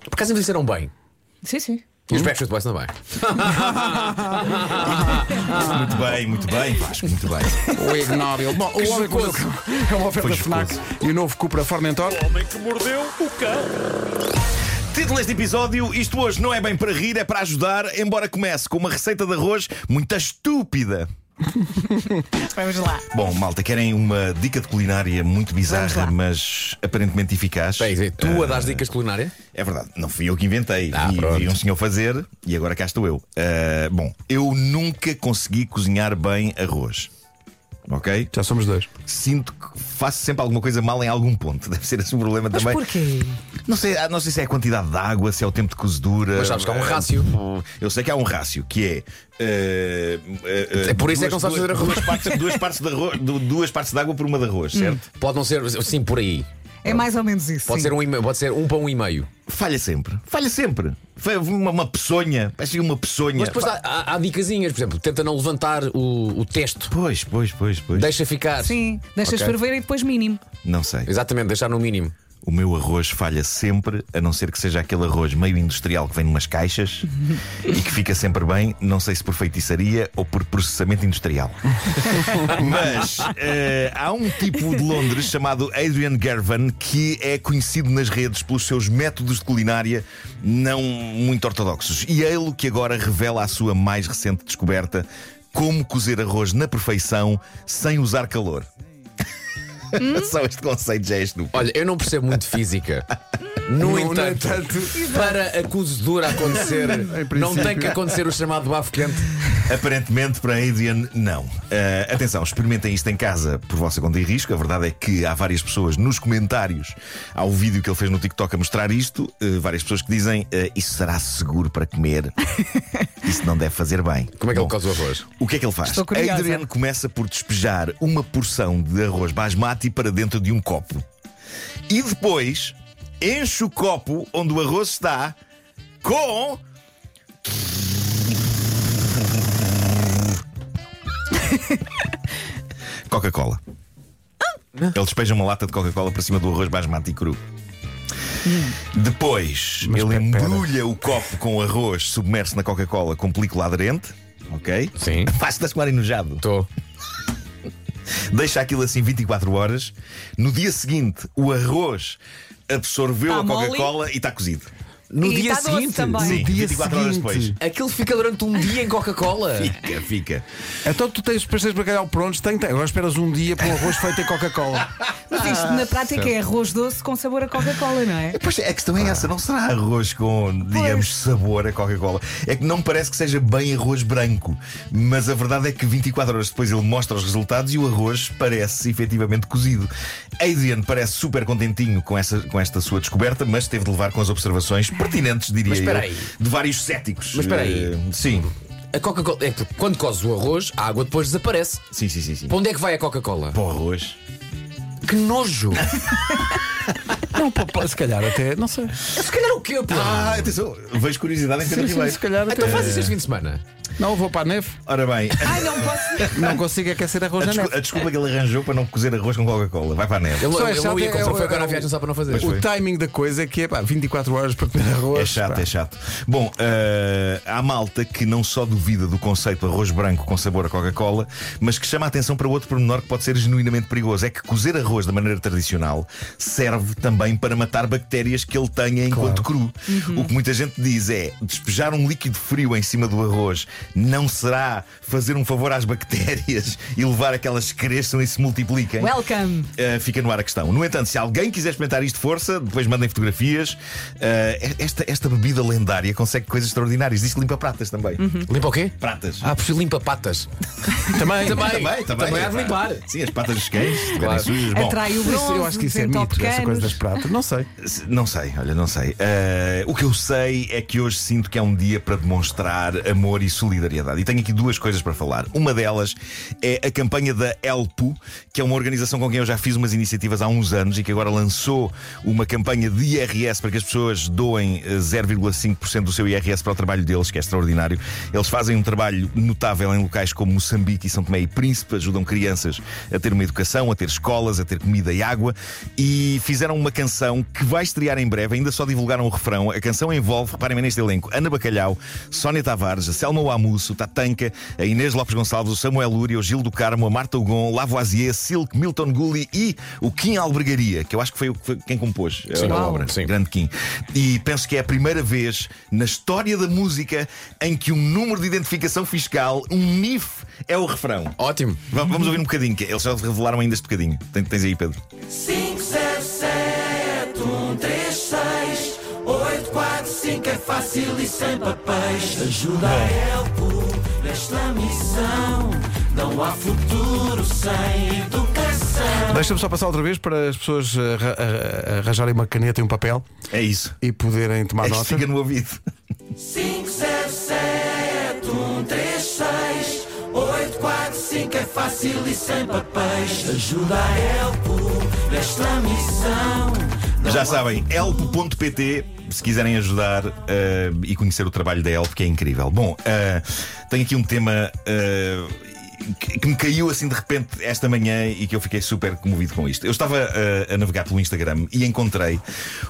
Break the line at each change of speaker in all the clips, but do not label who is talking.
Por acaso envelheceram bem.
Sim, sim.
E
Hum?
os Backstreet Boys também.
Muito bem, muito bem, Vasco, muito bem.
O ignóbil. Bom, o homem que mordeu o cão é uma oferta
Foi
Fnac e o novo Cupra Formentor.
Título deste episódio: Isto hoje não é bem para rir, é para ajudar, embora comece com uma receita de arroz muito estúpida.
Vamos lá.
Bom, malta, querem uma dica de culinária muito bizarra,
lá.
mas aparentemente eficaz? Ah,
Bem, Zé, tu a das dicas de culinária?
É verdade, não fui eu que inventei.
Ah,
vi,
pronto.
vi um senhor fazer e agora cá estou eu. Ah, bom, eu nunca consegui cozinhar bem arroz. Ok?
Já somos dois.
Sinto que faço sempre alguma coisa mal em algum ponto. Deve ser esse o problema
Mas
também.
porquê?
Não sei, não sei se é a quantidade de água, se é o tempo de cozedura.
Mas sabes que há um
É,
Eh,
rácio.
Eu sei que há um rácio, que é. eh, eh, eh,
É por isso é
duas-
que não sabes
duas-
fazer arroz. Hum.
Duas partes, duas partes de arroz, du- duas partes de água por uma de arroz, certo?
Pode não ser, sim, por aí.
É mais ou menos isso.
Pode
sim.
ser, um e meio- pode ser um para um e meio.
Falha sempre. Falha sempre. Foi uma, uma peçonha. Parece uma peçonha.
Mas depois há, há, há dicasinhas, por exemplo, tenta não levantar o, o testo,
Pois, pois, pois, pois.
deixa ficar.
Sim, deixas
Ok.
ferver e depois mínimo.
Não sei.
Exatamente, deixar no mínimo.
O meu arroz falha sempre, a não ser que seja aquele arroz meio industrial que vem numas caixas e que fica sempre bem, não sei se por feitiçaria ou por processamento industrial. Mas eh, há um tipo de Londres chamado Adrian Garvan que é conhecido nas redes pelos seus métodos de culinária não muito ortodoxos. E é ele que agora revela a sua mais recente descoberta: como cozer arroz na perfeição sem usar calor. Só este conceito já é estúpido.
Olha, eu não percebo muito de física. No, entanto, para a cozedura acontecer, não
princípio.
tem que acontecer o chamado bafo quente.
Aparentemente para Adrian, não. Ah, atenção, experimentem isto em casa por vossa conta e risco. A verdade é que há várias pessoas nos comentários ao vídeo que ele fez no TikTok a mostrar isto. eh, várias pessoas que dizem eh, isso será seguro para comer. Isso não deve fazer bem.
Como é que
Bom,
ele causa o arroz?
o que é que ele faz?
Estou curiosa.
Adrian começa por despejar uma porção de arroz basmati para dentro de um copo. E depois enche o copo onde o arroz está com. Coca-Cola.
Ah.
Ele despeja uma lata de Coca-Cola para cima do arroz basmati cru.
Hum.
Depois ele embrulha o copo com o arroz submerso na Coca-Cola com película aderente. Ok?
Sim.
Faz-te das mar enojado.
Estou.
Deixa aquilo assim 24 horas. No dia seguinte, o arroz absorveu
Tá
a Coca-Cola e está cozido.
No
E
dia
tá doce
seguinte,
também.
Sim,
dia
24 horas depois.
seguinte.
aquilo fica durante um dia em Coca-Cola.
Fica, fica.
Então tu tens os pastéis de bacalhau prontos, tem, tem. agora esperas um dia para um arroz feito em Coca-Cola.
Mas isto na prática é arroz doce com sabor a Coca-Cola, não é?
Pois é, a questão é essa, não será arroz com, digamos, sabor a Coca-Cola. É que não parece que seja bem arroz branco, mas a verdade é que 24 horas depois ele mostra os resultados e o arroz parece efetivamente cozido. Adrian parece super contentinho com, essa, com esta sua descoberta, mas teve de levar com as observações pertinentes, diria
Mas espera
eu,
aí.
de vários céticos.
Mas espera aí.
Eh, Sim.
A Coca-Cola, é porque quando cozes o arroz, a água depois desaparece.
Sim, sim, sim. sim.
Para onde é que vai a Coca-Cola?
Para o arroz.
Que nojo!
Não, pá, pá, se calhar até, não sei.
Se calhar o quê, pô?
Ah, atenção, vejo curiosidade em Pedro
Sim, sim,
Ribeiro.
se calhar até.
então faz isso este fim de semana.
Não, vou para a neve,
Ora bem,
Ah,
a,
Ai, não posso.
não consigo aquecer arroz
a
na
descu-
neve.
a Ah, desculpa que ele arranjou para não cozer arroz com Coca-Cola. Vai para a neve.
Ele,
Só é
ele
chato,
não ia
é-
comprar,
é-
foi agora
é-
a viagem só para não fazer.
Pois foi.
O timing da coisa é que é pá, 24 horas para comer arroz.
É chato,
pá.
é chato. Bom, eh, há malta que não só duvida do conceito arroz branco com sabor a Coca-Cola, mas que chama a atenção para outro pormenor que pode ser genuinamente perigoso. É que cozer arroz da maneira tradicional serve também para matar bactérias que ele tenha enquanto cru. O que muita gente diz é despejar um líquido frio em cima do arroz não será fazer um favor às bactérias e levar a que elas cresçam e se multipliquem.
Welcome.
Uh, fica no ar a questão. No entanto, se alguém quiser experimentar isto de força, depois mandem fotografias. Uh, esta, esta bebida lendária consegue coisas extraordinárias. Diz que limpa pratas também.
Limpa o quê?
Pratas.
Uhum. Ah, por limpa patas.
Também.
também, também.
Também há de limpar.
Sim, as patas dos cães, se estiverem
Claro.
sujas. Bom,
Atrai o
Por
bronze,
isso, eu acho que isso é
desentop
mito, essa
canos.
coisa das pratas. Não sei.
se- não sei, olha, não sei. Uh, o que eu sei é que hoje sinto que é um dia para demonstrar amor e solidariedade. E tenho aqui duas coisas para falar. Uma delas é a campanha da ELPO, que é uma organização com quem eu já fiz umas iniciativas há uns anos e que agora lançou uma campanha de IRS para que as pessoas doem eh, 0,5% do seu IRS para o trabalho deles, que é extraordinário. Eles fazem um trabalho notável em locais como Moçambique e São Tomé e Príncipe, ajudam crianças a ter uma educação, a ter escolas, a ter comida e água. E fizeram uma canção que vai estrear em breve, ainda só divulgaram o refrão. A canção envolve, reparem bem neste elenco, Ana Bacalhau, Sónia Tavares, a Selma Wamusso, Tatanka, a Inês Lopes Gonçalves, o Samuel Lúria, o Gil do Carmo, a Marta Ugon, Lavoisier, Silk, Milton Gulli e o Kim Albergaria, que eu acho que foi, o que foi quem compôs eh,
Sim,
a
uau.
obra.
Sim.
Grande Kim. E penso que é a primeira vez na história da música em que um número de identificação fiscal, um NIF, é o refrão.
Ótimo.
Va- Vamos ouvir um bocadinho, que eles já revelaram ainda este bocadinho. Tem- Tens aí, Pedro.
5, 0, 7, 1, 3, 6, 8, 4, 5 é fácil e sem papéis. Ajuda a Elpo nesta missão. Não há futuro sem educação.
Deixa-me só passar outra vez para as pessoas ah, ra- ah, arranjarem uma caneta e um papel
É isso.
e poderem tomar
É que
nota.
fica no ouvido.
5, 0, 7, 1, 3, 6, 8, 4, 5 é fácil e sem papéis. Ajuda a Elpo nesta missão.
Já sabem, elpo.pt se quiserem ajudar eh, e conhecer o trabalho da Elpo, que é incrível. Bom, eh, tenho aqui um tema eh, que, que me caiu assim de repente esta manhã e que eu fiquei super comovido com isto. Eu estava eh, a navegar pelo Instagram e encontrei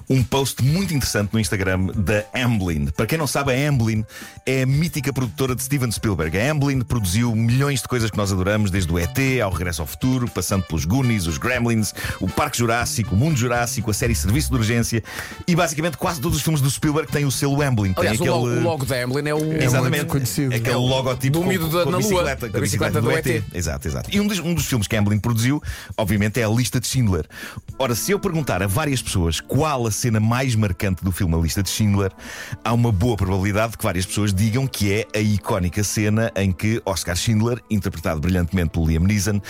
um post muito interessante no Instagram da Amblin. Para quem não sabe, a Amblin é a mítica produtora de Steven Spielberg. A Amblin produziu milhões de coisas que nós adoramos, desde o ET ao Regresso ao Futuro, passando pelos Goonies, os Gremlins, o Parque Jurássico, o Mundo Jurássico, a série Serviço de Urgência e basicamente quase todos os filmes do Spielberg têm o selo Amblin. Tem
Aliás, o, logo, o logo da Amblin é o.
Exatamente,
conhecido.
aquele
É o
logotipo
do
com-
miúdo
com,
da-
a
na Lua,
bicicleta,
da
com a
bicicleta do ET.
Exato, exato. E um dos, um dos filmes que Amblin produziu, obviamente, é a lista de Schindler. Ora, se eu perguntar a várias pessoas qual a cena mais marcante do filme A Lista de Schindler, há uma boa probabilidade de que várias pessoas digam que é a icónica cena em que Oscar Schindler, interpretado brilhantemente pelo Liam Neeson,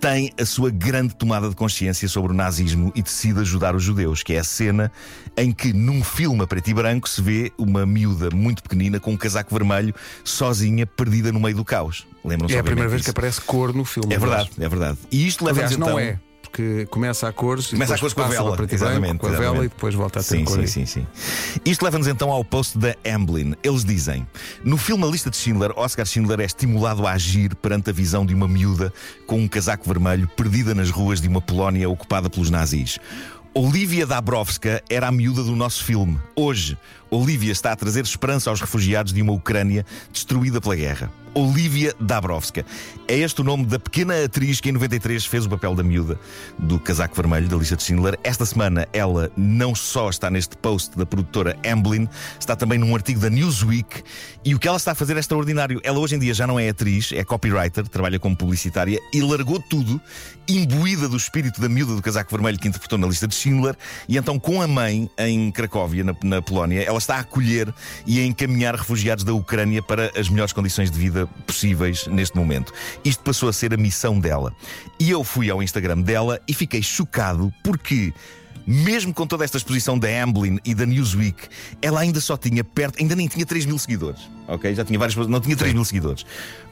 tem a sua grande tomada de consciência sobre o nazismo e decide ajudar os judeus, que é a cena em que, num filme a preto e branco, se vê uma miúda muito pequenina com um casaco vermelho, sozinha, perdida no meio do caos. Lembram-se
É a primeira
obviamente,
vez que
disso.
aparece cor no filme.
É verdade, é verdade. E isto leva-nos
Aliás,
então...
não é. Porque começa a cores, e
Começa a
depois
cores com a
passa
vela,
para preto e branco,
exatamente,
com a vela
exatamente.
e depois volta a ter
Sim,
cor.
sim, sim, sim. Isto leva-nos então ao post da Amblin. Eles dizem: No filme A Lista de Schindler, Oscar Schindler é estimulado a agir perante a visão de uma miúda com um casaco vermelho perdida nas ruas de uma Polónia ocupada pelos nazis. Olivia Dabrowska era a miúda do nosso filme. Hoje, Olivia está a trazer esperança aos refugiados de uma Ucrânia destruída pela guerra. Olivia Dabrowska. É este o nome da pequena atriz que em 93 fez o papel da miúda do casaco vermelho da lista de Schindler. Esta semana ela não só está neste post da produtora Amblin, está também num artigo da Newsweek e o que ela está a fazer é extraordinário. Ela hoje em dia já não é atriz, é copywriter, trabalha como publicitária e largou tudo, imbuída do espírito da miúda do casaco vermelho que interpretou na lista de Schindler e então com a mãe em Cracóvia, na, na Polónia, ela está a acolher e a encaminhar refugiados da Ucrânia para as melhores condições de vida possíveis neste momento. Isto passou a ser a missão dela. E eu fui ao Instagram dela e fiquei chocado porque. Mesmo com toda esta exposição da Amblin e da Newsweek, ela ainda só tinha perto, ainda nem tinha 3 mil seguidores. Ok? Já tinha várias pessoas, não tinha 3 mil seguidores.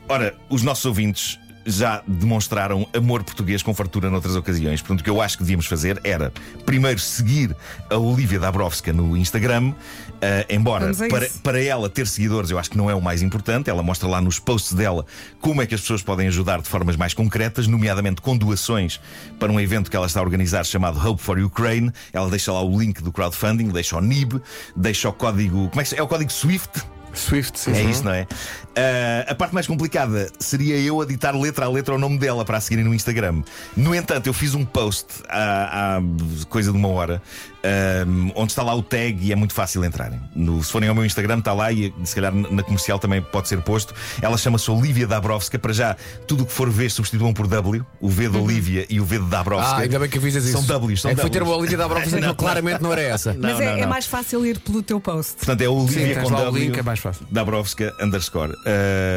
Ora, os nossos ouvintes já demonstraram amor português com fartura noutras ocasiões. Portanto, o que eu acho que devíamos fazer era, primeiro, seguir a Olivia Dabrowska no Instagram, ah, embora
Vamos a
para,
isso.
para ela ter seguidores eu acho que não é o mais importante. Ela mostra lá nos posts dela como é que as pessoas podem ajudar de formas mais concretas, nomeadamente com doações para um evento que ela está a organizar chamado Hope for Ukraine. Ela deixa lá o link do crowdfunding, deixa o NIB, deixa o código. Como é que se- é o código SWIFT?
Swift, sim.
É
sim.
isso, não é? Ah, a parte mais complicada seria eu a ditar letra a letra o nome dela para a seguirem no Instagram. No entanto, eu fiz um post há, há coisa de uma hora ahm, onde está lá o tag e é muito fácil entrarem. No- se forem ao meu Instagram, está lá e se calhar na comercial também pode ser posto. Ela chama-se Olivia Dabrowska. Para já, tudo o que for V substituam por W. O V de Olivia e o V de Dabrowska.
Uhum. Ah, ainda bem que avisas isso.
São Ws, são
é que fui ter
Ws.
uma Olivia da Brofes,
Não.
então claramente não era essa.
Mas
Não,
é,
não,
é
não.
mais fácil ir pelo teu post.
Portanto, é Olivia
Sim,
com
tens lá o
W.
link, é mais fácil.
Dabrowska underscore.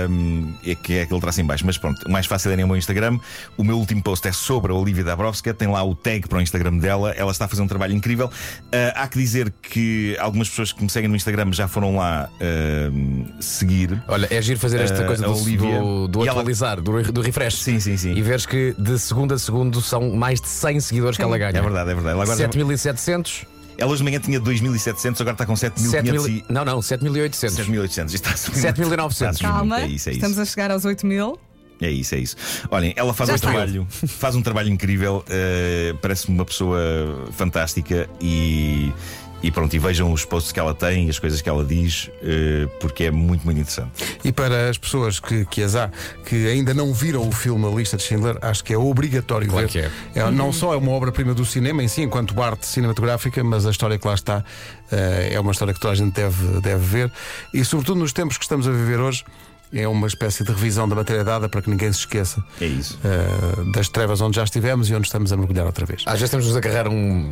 Ahm, é que é aquele traço em baixo. Mas pronto, o mais fácil é no meu Instagram. O meu último post é sobre a Olivia Dabrowska. Tem lá o tag para o Instagram dela. Ela está a fazer um trabalho incrível. Ah, há que dizer que algumas pessoas que me seguem no Instagram já foram lá ahm, seguir.
Olha, é giro fazer esta
Eh,
coisa
a
do,
Olivia.
do, do
E ela-
atualizar, do, do refresh.
Sim, sim, sim.
E veres que de segundo a segundo são mais de 100 seguidores que ela ganha.
É verdade, é verdade. Ela, agora já-
7700,
ela hoje de manhã tinha 2.700, agora está com 7.500
7000.
e...
Não, não, 7800.
7.800. Está a subir.
7.900.
Está a subir muito,
Calma,
É isso, é isso.
estamos a chegar aos 8 mil.
É isso, é isso. Olhem, ela faz
Já
um
está.
trabalho, faz um trabalho incrível, eh, parece-me uma pessoa fantástica e, e pronto, e vejam os posts que ela tem e as coisas que ela diz, eh, porque é muito, muito interessante.
E para as pessoas que, que as há, que ainda não viram o filme A Lista de Schindler, acho que é obrigatório
Claro
ver.
que
É, não só é uma obra-prima do cinema em si, enquanto arte cinematográfica, mas a história que lá está eh, é uma história que toda a gente deve, deve ver. E sobretudo nos tempos que estamos a viver hoje, é uma espécie de revisão da matéria dada para que ninguém se esqueça
É isso.
eh, das trevas onde já estivemos e onde estamos a mergulhar outra vez.
Às vezes estamos-nos a agarrar a um,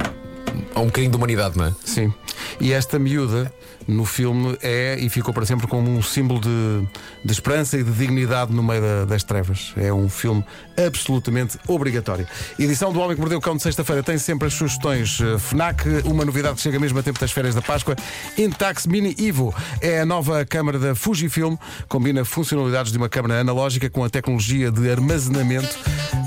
a um bocadinho de humanidade, não é?
Sim. E esta miúda no filme é e ficou para sempre como um símbolo de, de esperança e de dignidade no meio da- das trevas. É um filme absolutamente obrigatório. Edição do Homem que Mordeu o Cão de sexta-feira tem sempre as sugestões eh, FNAC, uma novidade que chega mesmo a tempo das férias da Páscoa. Intax Mini Evo é a nova câmara da Fujifilm, combina funcionalidades de uma câmara analógica com a tecnologia de armazenamento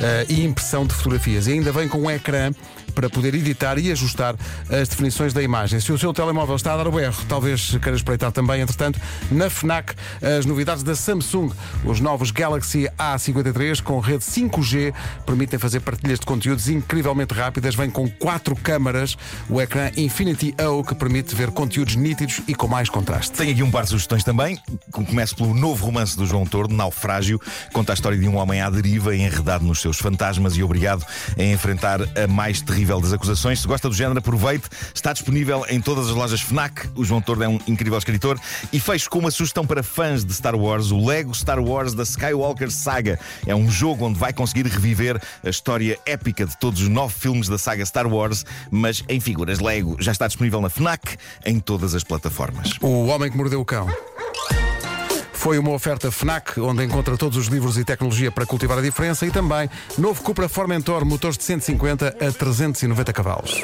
eh, e impressão de fotografias. E ainda vem com um ecrã para poder editar e ajustar as definições da imagem. Se o seu telemóvel está a dar o erro, talvez queira espreitar também, entretanto, na FNAC, as novidades da Samsung. Os novos Galaxy A53 com rede 5G permitem fazer partilhas de conteúdos incrivelmente rápidas. Vem com quatro câmaras, o ecrã Infinity O que permite ver conteúdos nítidos e com mais contraste.
Tenho aqui um par de sugestões também. Com- Começo pelo novo romance do João Tordo, Naufrágio. Conta a história de um homem à deriva, enredado nos seus fantasmas e obrigado a enfrentar a mais terrível das acusações. Se gosta do género, aproveite. Está disponível em todas as lojas Fnac. O João Tordo é um incrível escritor. E fecho com uma sugestão para fãs de Star Wars: o Lego Star Wars da Skywalker Saga. É um jogo onde vai conseguir reviver a história épica de todos os nove filmes da saga Star Wars, mas em figuras Lego. Já está disponível na Fnac em todas as plataformas.
O Homem que Mordeu o Cão. Foi uma oferta FNAC, onde encontra todos os livros e tecnologia para cultivar a diferença e também novo Cupra Formentor, motores de 150 a 390 cavalos.